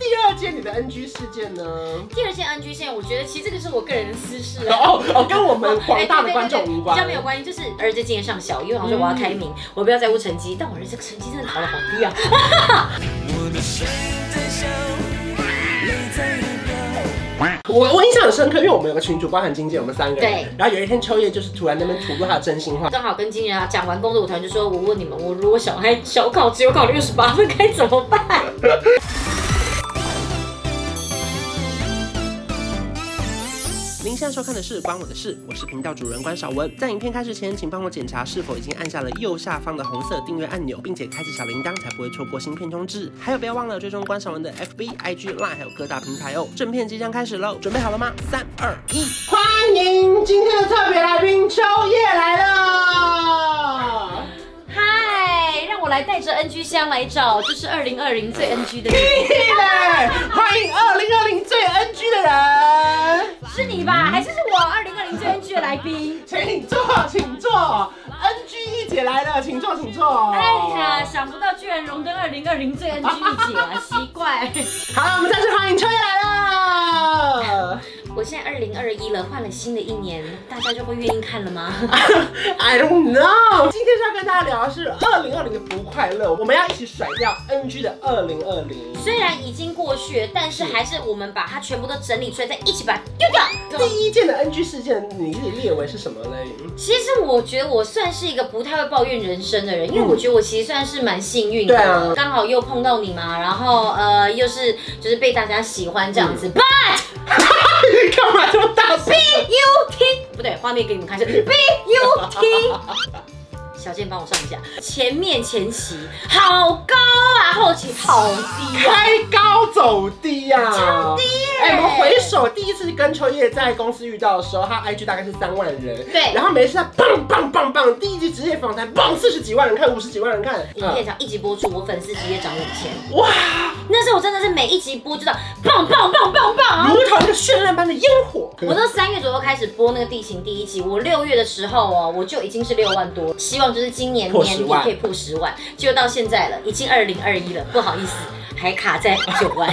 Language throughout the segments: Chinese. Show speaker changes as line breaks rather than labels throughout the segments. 第二件你的 NG 事件呢？
第二件 NG 线，我觉得其实这个是我个人的私事啊。
哦哦，跟我们广大的观众
哎对
无关
对对对比较没有关系，嗯就是儿子今年上小一，因为我想说我要开明，我不要在乎成绩，但我儿子这个成绩真的考得好低 啊。
我的声音在笑，泪在流掉。
我我印象很深刻，因为我们有个群主，包含金姐，我们三个人。
对
然后有一天秋叶就是突然在那边吐露他的真心话，
刚好跟经纪人讲完工作，我突然就说，我问你们，我如果小孩小考只有考六十八分该怎么办？
您现在收看的是《关我的事》，我是频道主人关少文。在影片开始前，请帮我检查是否已经按下了右下方的红色订阅按钮，并且开启小铃铛，才不会错过新片通知。还有，不要忘了追踪关少文的 FB、IG、Line，还有各大平台哦。正片即将开始喽，准备好了吗？三、二、一，欢迎今天的特别来宾秋叶来了。
嗨，让我来带着 NG 箱来找，这是二零二零最 NG 的你，
屁嘞！欢迎二零二零最 NG 的人，
是你吧？还是是我二零二零最 NG 的来宾？
请坐，请坐。NG 一姐来了，请坐，请坐。
哎呀，想不到居然荣登二零二零最 NG 一姐啊，奇怪。
好了，我们再次欢迎秋叶来了。
我现在二零二一了，换了新的一年，大家就会愿意看了吗？
I don't know。今天是要跟大家聊的是二零二零的不快乐，我们要一起甩掉 NG 的二零二零。
虽然已经过去了，但是还是我们把它全部都整理出来，再一起把它丢掉。
第一件的 NG 事件，你自己列为是什么嘞？嗯
其实我觉得我算是一个不太会抱怨人生的人，因为我觉得我其实算是蛮幸运的，
对啊
刚好又碰到你嘛，然后呃又是就是被大家喜欢这样子。But
你干嘛这么大声？
U T 不对，画面给你们看一下。B U T，小健帮我上一下。前面前期好高啊，后期好低啊。
开高走低呀、超低
耶
哎、我们回首第一次跟秋叶在公司遇到的时候，他 IG 大概是三万人，
对
然后每次他棒棒棒棒，第一集职业访谈棒四十几万人看，五十几万人看，
影片讲一集播出，我粉丝直接涨五千。
嗯哇，
那时候我真的是每一集播就到棒棒棒棒棒啊！
如同一个绚烂般的烟火。
我都三月左右开始播那个地形第一集，我六月的时候哦，我就已经是六万多，希望就是今年
破
年
10
底
万
可以破十万，就到现在了，已经二零二一了，不好意思，还卡在九 万。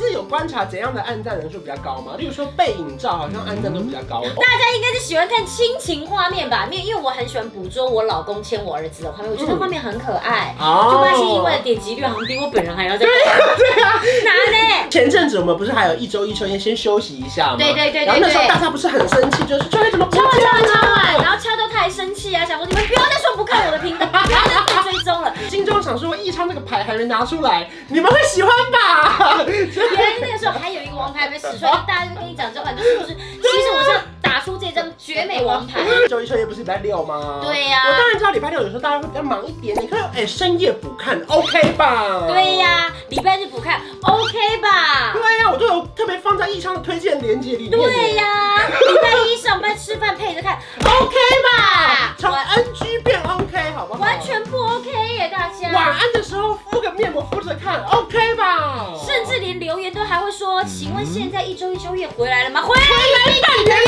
你是有观察怎样的暗赞人数比较高吗？例如说背影照，好像暗赞都比较高。哦
大家应该是喜欢看亲情画面吧？因为因为我很喜欢捕捉我老公牵我儿子的画面，我觉得
嗯
画面很可爱。
哦
就发现意外的点击率好像比我本人还要再高。
对啊，
哪呢？
前阵子我们不是还有一周一秋叶先休息一下吗？
对对对对
然后那时候
对
大家不是很生气，就是秋叶怎么不
敲完
见
敲完
了
敲完，啊然后敲到他还生气啊，想说你们不要再说不看我的频道，不要再看追踪了。
金钟想说易昌那个牌还没拿出来，你们会喜欢吧？
原来那个时候还有一个王牌没使出来，大家就跟你讲这款就是不是？其实我是要打出 这张绝美王 牌。
周一、秋叶不是礼拜六吗？
对呀
我当然知道礼拜六有时候大家会比较忙一点，你看，哎、深夜补看，OK 吧？
对、呀，礼拜日不看，OK 哦吧？
对呀、我都有特别放在易昌的推荐链接里面。
对、呀，礼拜一上班吃饭配着看，OK 哦吧？
从
完
NG 变 OK 好不好？
完。全不 OK 耶，大
晚
家。
安的时候敷个面膜敷着看，OK 吧？
甚至连留言都还会说，请问现在一周一周夜回来了吗？回来
半年
了。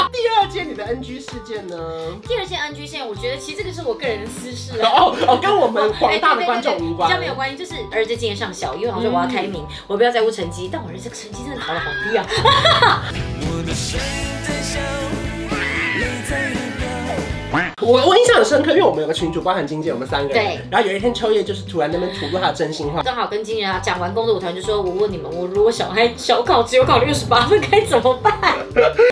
了。第二件你的 NG 事件呢？
第二件 NG 线，我觉得其实这个是我个人的私事啊。
哦哦，跟我们广大的观众无
哎对对对对
关。嗯
比较没有关系，就是儿子今年上小一，因为我说我要开明，我不要在乎成绩，但我儿子这个成绩真的考得好低啊。
我的声音在笑，泪在流掉。
我我印象很深刻，因为我们有个群主，包含金姐，我们三个人。
对
然后有一天秋叶就是突然在那边吐露他的真心话，
刚好跟经纪人讲完工作，我突然就说，我问你们，我如果小孩小考只有考六十八分该怎么 办？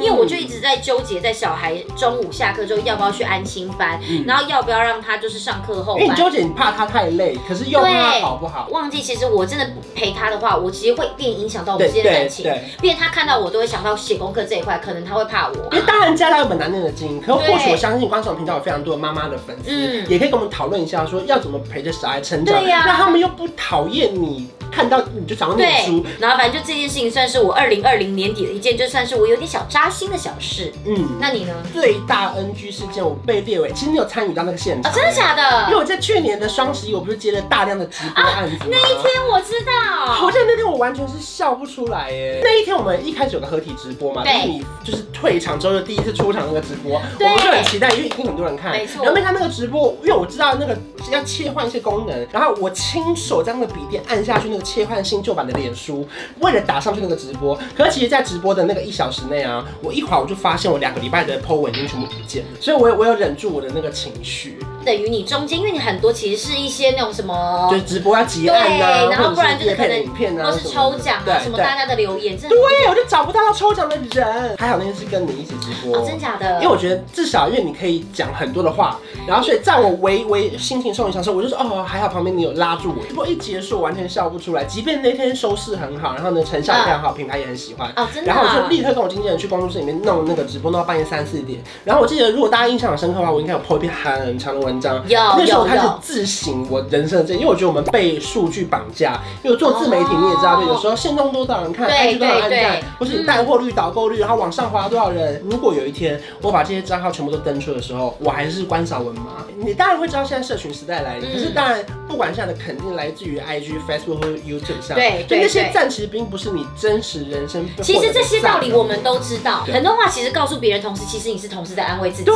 因为我就一直在纠结，在小孩中午下课之后要不要去安心班，然后要不要让他就是上课后
因为嗯哎你
班。
纠结，你怕他太累，可是又怕他
对
好不好？
忘记，其实我真的陪他的话，我其实会变影响到我们之间的感情啊
对对，
变他看到我都会想到写功课这一块，可能他会怕我。
因为当然家长有本难念的经，可
对
或许我相信观众频道有非常多的妈妈的粉丝，
嗯
也可以跟我们讨论一下，说要怎么陪着小孩成长，
对呀
让他们又不讨厌你，看到你就想要念
对
书。，
然后反正就这件事情算是我二零二零年底的一件，就算是我有点小扎心的小事。
嗯，
那你呢？
最大 NG 事件我被列为，其实你有参与到那个现
啊、
场，欸
真的假
因为
的？啊
我在去年的双十一我不是接了大量的直播案子吗？
那一天我知道，
好像那天我完全是笑不出来耶。那一天我们一开始有个合体直播嘛，就
对
是你就是退场之后就第一次出场那个直播，我
对
们就很期待，因为一定很多人看。
没错
然后被他那个直播，因为我知道那个要切换一些功能，然后我亲手在那个笔电按下去那个切换新旧版的脸书，为了打上去那个直播。可是其实，在直播的那个一小时内啊，我一会儿我就发现我两个礼拜的 po 文已经全部不见了，所以我有我有忍住我的那个情绪，
等于你中间，因为你很多其实是一些那种什么
就是直播要急按啊，
哦对然后不然就是可
或者
能
是影片啊，
或是抽奖
对
啊，什么
对
大家的留言，真的
对，我就找不到要抽奖的人。还好那天是跟你一起直播，
哦，真假的？
因为我觉得至少因为你可以讲很多的话，然后所以在我微微心情受影响的时候，我就说哦还好旁边你有拉住我。不过一结束完全笑不出来，即便那天收视很好，然后呢成效也很好，品牌也很喜欢。
哦，真的
然
啊，
后我就立刻跟我经纪人去工作室里面弄那个直播，弄到半夜三四点。然后我记得，如果大家印象很深刻的话，我应该有 po 一篇很长的文章。
有
那时候我
有
开始
有
自省我人生的这，因为我觉得我们被数据绑架，因为做自媒体你也知道，
哦
就有时候线动多少人看，
对
IG 多少人按
对
赞
对，
或是你带货率、导购率，然后往上滑多少人。如果有一天我把这些账号全部都登出的时候，我还是关少文吗？你当然会知道现在社群时代来临，
嗯
可是当然不管现在的肯定来自于 IG、Facebook 或者 YouTube 上，
对
所以
对
那些
对
赞其实并不是你真实人生获得的赞。
其实这些道理我们都知道，
对
很多话其实告诉别人，同时其实你是同时在安慰自己。
对，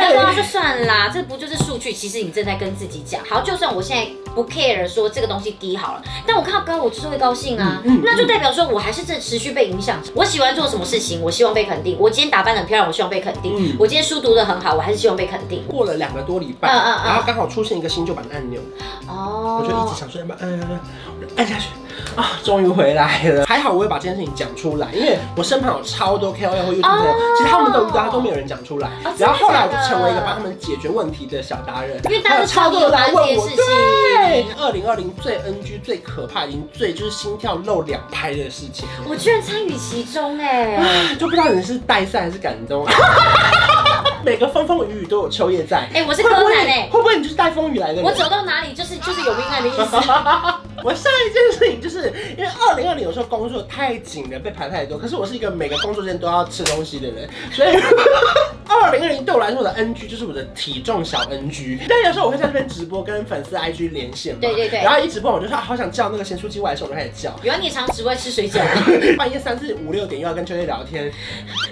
那说啊话就算啦，这不就是数据？其实你正在跟自己讲。好，就算我现在不 care 说这个东西低好了，但我看到高我就是会高兴啊，
嗯
那就代表说我还是正持续被影响。我喜欢做什么事情，我希望被肯定。我今天打扮得很漂亮，我希望被肯定。
嗯
我今天书读得很好，我还是希望被肯定。
过了两个多礼拜，
嗯嗯嗯
然后刚好出现一个新旧版的按钮，
哦，
我就一直想说，哎要不要按按按按，我就按下去啊，终于回来 了。还好我也把这件事情讲出来，因为我身旁有超多 KOL 或 YouTube 的人
哦，
其实他们都遇到，都没有人讲出来
哦。真的
然后后来我就
假的
成为一个帮他们解决问题的小达人，
因为大
还
家都
有超多人来问
知道你有
我
发现，
对，二零二零最 NG 最可怕，已经最就是心跳漏两拍的事情。
我居然参与其中哎、
唉就不知道你是带赛还是感动。啊 每个风风雨雨都有秋叶在。
哎、我是
会
柯
不会
南
你
哎、
会不会你就是带风雨来的人？
我走到哪里就是就是有命案的意思。
我上一件事情就是因为二零二零有时候工作太紧了，被排太多。可是我是一个每个工作之间都要吃东西的人，所以 二零二零对我来说的 NG 就是我的体重小 NG。但有时候我会在这边直播跟粉丝 IG 连线嘛，
对对对
然后一直播我就说啊好想叫那个咸酥鸡外送，我就开始叫。
原来你也常只会吃水饺、
半夜三四五六点又要跟秋叶聊天，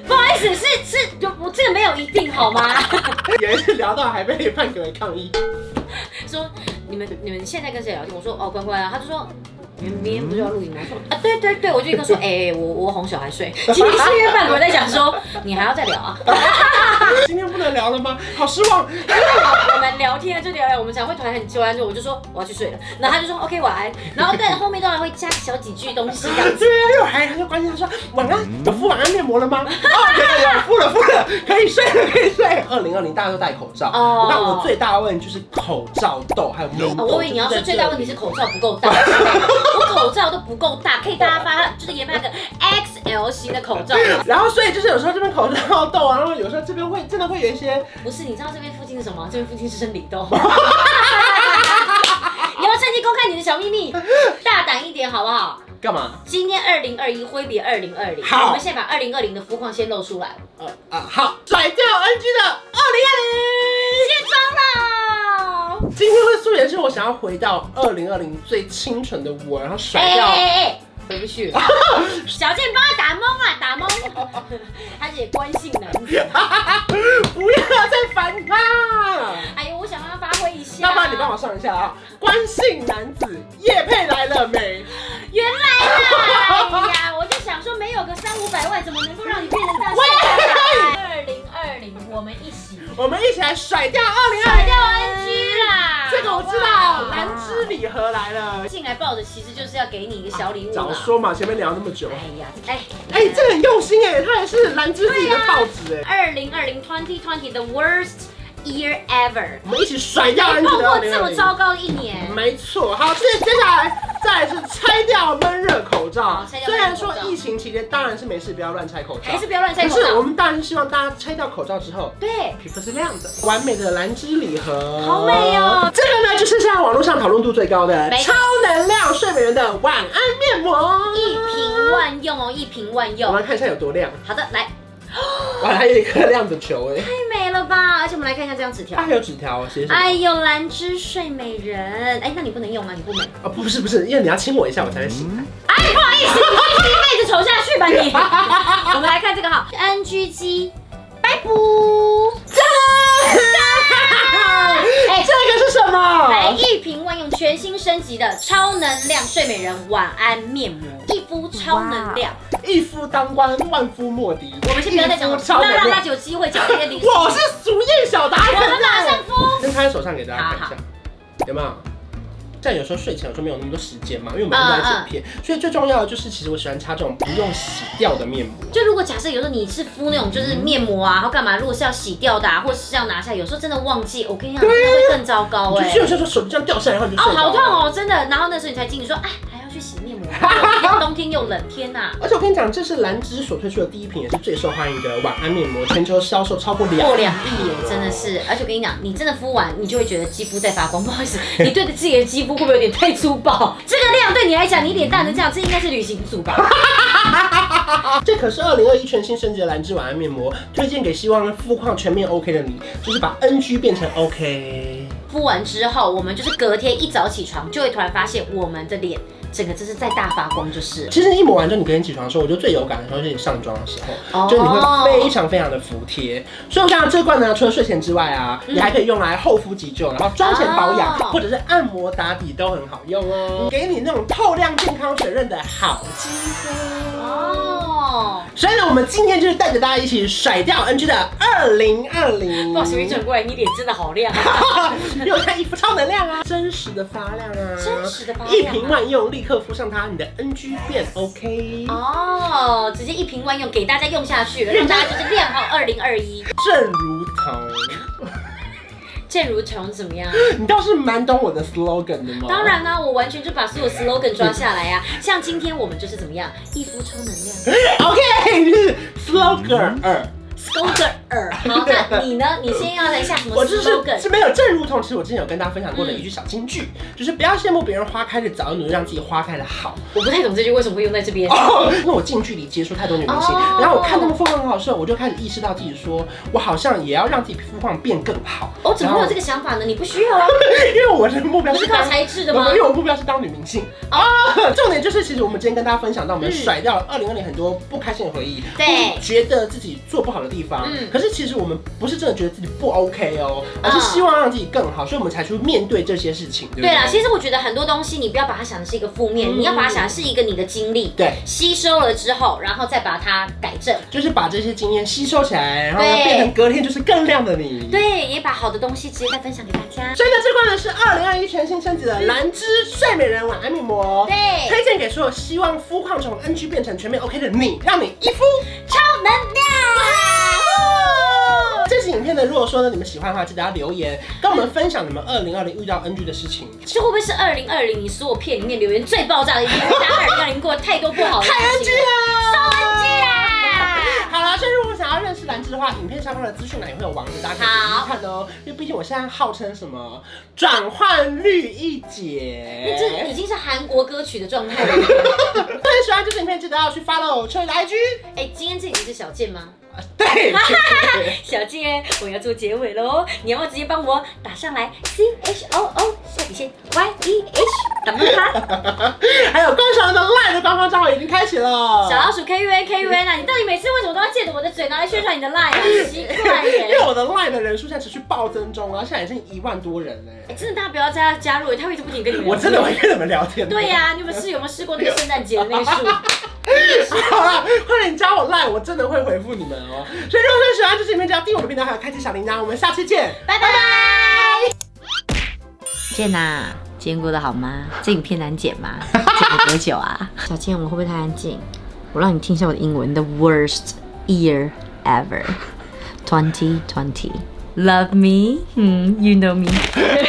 不好意思，是是，就我这个没有一定好吗？
有一次聊到还被范可为抗议。
说你们你们现在跟谁聊天？我说哦关关啊，他就说。你们明天不是要录影吗？我说啊，对对对，我就一个说，哎、我我哄小孩睡。其实是因为半个人在讲说， 你还要再聊啊。
今天不能聊了吗？好失望。
我们聊天就聊聊，我们才会团很久。然后我就说我要去睡了，然后他就说 OK 晚安。然后但后面都还会加小几句东西这样子。
对啊，又还还就关心他说晚安，有敷晚安面膜了吗？哦，有有有，敷了敷了，可以睡了可 以睡了。二零二零大家都戴口罩，
哦
我看我最大的问题就是口罩痘还有闷
哦
痘。
我以为你要说最大问题是口罩不够大， 我口罩都不够大，可以大家发就是研发一个 XL 型的口罩吗。
然后所以就是有时候这边口罩痘啊，然后有时候这边会真的会有一些
不是，你知道这边附近是什么？这边附近是生理痘。你 要不要趁机公开你的小秘密？大胆一点好不好？
干嘛？
今天二零二一挥别二零二零，
好
我们先把二零二零的肤况先露出来，
呃啊好，甩掉 NG 的二
卸妆了。
零二零。今天的素颜是我想要回到二零二零最清纯的我，然后甩掉。
哎，回不去了。 小健帮他打懵 啊，打懵。他姐关性男子。
不要再烦他。
哎呦，我想让他发挥一下。
要不然你帮我上一下啊！关姓男子叶佩来了没？
原来啦，哎呀，我就想说，没有个三五百万，怎么能够让你变成大帅哥？二零二零，我们一 起
我们一起来甩掉二零
甩
二
掉
零。
NG 啦！
这个我
好
知道，
不好
兰芝礼盒来了。
进来抱着，其实就是要给你一个小礼 物
早
啦。
说嘛，前面聊那么久。
哎呀，哎
哎、这个很用心哎，它也是兰芝自己的报纸哎。
二零二零 twenty twenty 的 worst year ever，
我们一起甩掉
没
兰芝
碰
的
过
二零
这
二
么
零。
糟糕的一年。
没错，好，接接下来再来是拆掉闷热口罩
好。拆掉
虽
闷热
然
口
说
罩
疫情期间当然是没事，不要乱拆口罩。
还是不要乱
可
戴口
是我
罩。
们当然是希望大家拆掉口罩之后，
对，
皮肤是亮的，完美的兰芝礼盒，
好美哦
这个呢，就是现在网络上讨论度最高的
没错
超能量睡美人的晚安面膜，
一瓶万用哦，一瓶万
我
用
们。看一下有多亮。
好的，来，
哇，还有一颗亮的球哎，
太美了吧！而且我们来看一下这张纸条
它。还有纸条写什么？
哎呦，兰芝睡美人，哎，那你不能用吗？你不能。
啊，不是不是，因为你要亲我一下，我才会醒来。
哎，不好意思，你就这一辈子丑下去吧 你。我们来看这个哈，NG 机，拜 布。赞！哎，
这个是什
来
么？
一瓶万用全新升级的超能量睡美人晚安面膜，一敷超能量。
一夫当关，万夫莫敌。
我们先不要再讲
一
了，
夫超
那
能
让大
量。
家有机会讲这些零食。
我是俗艳小达人。啊
我们马上敷。
先拍在手上给大家看一
好
下，有没有？像有时候睡前我就没有那么多时间嘛，因为我们
嗯
都在剪片，所以最重要的就是，其实我喜欢擦这种不用洗掉的面膜。
就如果假设有时候你是敷那种就是面膜啊，然后干嘛，如果是要洗掉的、啊，或者是要拿下，有时候真的忘记，我跟你讲，真的会更糟糕哎、
你就有时候手就这样掉下来，然后你就
哦，
睡着了
好痛。哦，真的。然后那时候你才惊觉说，哎，还要去洗面膜，哎冬天又冷，天呐、
而且我跟你讲，这是兰芝所推出的第一瓶，也是最受欢迎的晚安面膜，全球销售超过两
过两亿耶，真的是。而且我跟你讲，你真的敷完，你就会觉得肌肤在发光。不好意思，你对自己的肌肤会不会有点太粗暴？这个量对你来讲，你脸蛋成这样，这应该是旅行组吧？
这可是二零二一全新升级的兰芝晚安面膜，推荐给希望肤况全面 OK 的你，就是把 NG 变成 OK。
敷完之后，我们就是隔天一早起床，就会突然发现我们的脸整个就是在大发光，就是了。
其实一抹完之后，你隔天起床的时候，我觉得最有感的时候就是你上妆的时
哦
候，就你会非常非常的服帖。所以我跟你讲，这罐呢，除了睡前之外啊，你还可以用来厚敷急救，然后妆前保养，
哦
或者是按摩打底都很好用哦，给你那种透亮、健康、水润的好肌肤。
哦，
所以呢，我们今天就是带着大家一起甩掉 NG 的二零二 零。
哇，小明转过来，你脸真的好亮、啊，
又看一副超能量啊，真实的发亮啊，
真实的发
一
亮、
瓶
啊。
万用，立刻敷上它，你的 NG 变 OK。
哦，直接一瓶万用，给大家用下去了，让大家就是亮号二零二一。
正如同，
正如琼怎么样？
你倒是蛮懂我的 slogan 的嘛。
当，然啦、我完全就把所有 slogan 抓下来呀、啊。像今天我们就是怎么样，一敷超能量
OK，就是 slogan 二。
，slogan 耳。 好，那你呢？你先要来下什么
我就是是
slogan？嗯
没有正如同，其实我之前有跟大家分享过的一句小金句，就是不要羡慕别人花开的早，努力让自己花开 的好。
我不太懂这句为什么会用在这 边。
哦，因为我近距离接触太多女明星
哦，
然后我看她们肤况很好的时候，我就开始意识到自己说，我好像也要让自己肤况变更好。
我、哦怎么会有这个
个？
想法呢？你不需要 啊，
因为我的目标
不是
是
靠
当
材质的吗哦
我？因为我目标是当女明星啊。 重点就是，其实我们今天跟大家分享到，我们甩掉了二零二零很多不开心的回忆，
嗯对
或是觉得自己做不好的地方。
嗯
可是其实我们不是真的觉得自己不 OK 哦，而
嗯
是希望让自己更好，所以我们才去面对这些事情，对不
对啦，
对？
其实我觉得很多东西你不要把它想的是一个负面，
嗯
你要把它想的是一个你的经历，
对，
吸收了之后，然后再把它改正。
就是把这些经验吸收起来，然后
对
变成隔天就是更亮的你。。
对，也把好的东西直接再分享给大家。
所以呢，这款呢是二零二一全新升级的兰芝睡美人晚安面膜，
嗯
哦
对，
推荐给所有希望肤况从 NG 变成全面 OK 的你，让你一肤
超能量！
这期影片呢，如果说呢你们喜欢的话，记得要留言跟我们分享你们二零二零遇到 NG 的事情。
这会不会是二零二零你所有片里面留言最爆炸的一篇？大家二零二零过了太多不好的事情了，
了
NG
好了，所以如果想要认识兰芝的话，影片下方的资讯栏也会有网址，大家可以
好
点进去看哦。因为毕竟我现在号称什么转换率一
那这已
姐。
经是韩国歌曲的状态了。
所以喜欢这支影片，记得要去 follow 秋雨的 IG。
哎，今天这集是小健吗？
啊 对，
小健，我要做结尾喽，你要不要直接帮我打上来 C H O O 下底线 Y E H 打不他？
还有观赏的 LINE 的官方账号已经开启了。
小老鼠 K U A K U A 啊，你到底每次为什么都要借着我的嘴拿来宣传你的 line 啊？奇怪
因为
耶！
我的 LINE 的人数现在持续暴增中啊，现在已经一万多人了。
哎，真的大家不要再加入，他会一直不停跟你们聊天。
我真的会跟你们聊天的。
对呀、你们是有没有试过那个圣诞节的那个 树？
好了，快点加我赖，我真的会回复你们哦。所以如果说喜欢这期影片，就要订阅我的频道，还有开启小铃铛。我们下期见。
拜拜。健呐，今天过得好吗？这影片难剪吗？剪了多久啊？小健，我们会不会太安静？我让你听一下我的英文，the worst year ever，twenty twenty。Love me，嗯，you know me。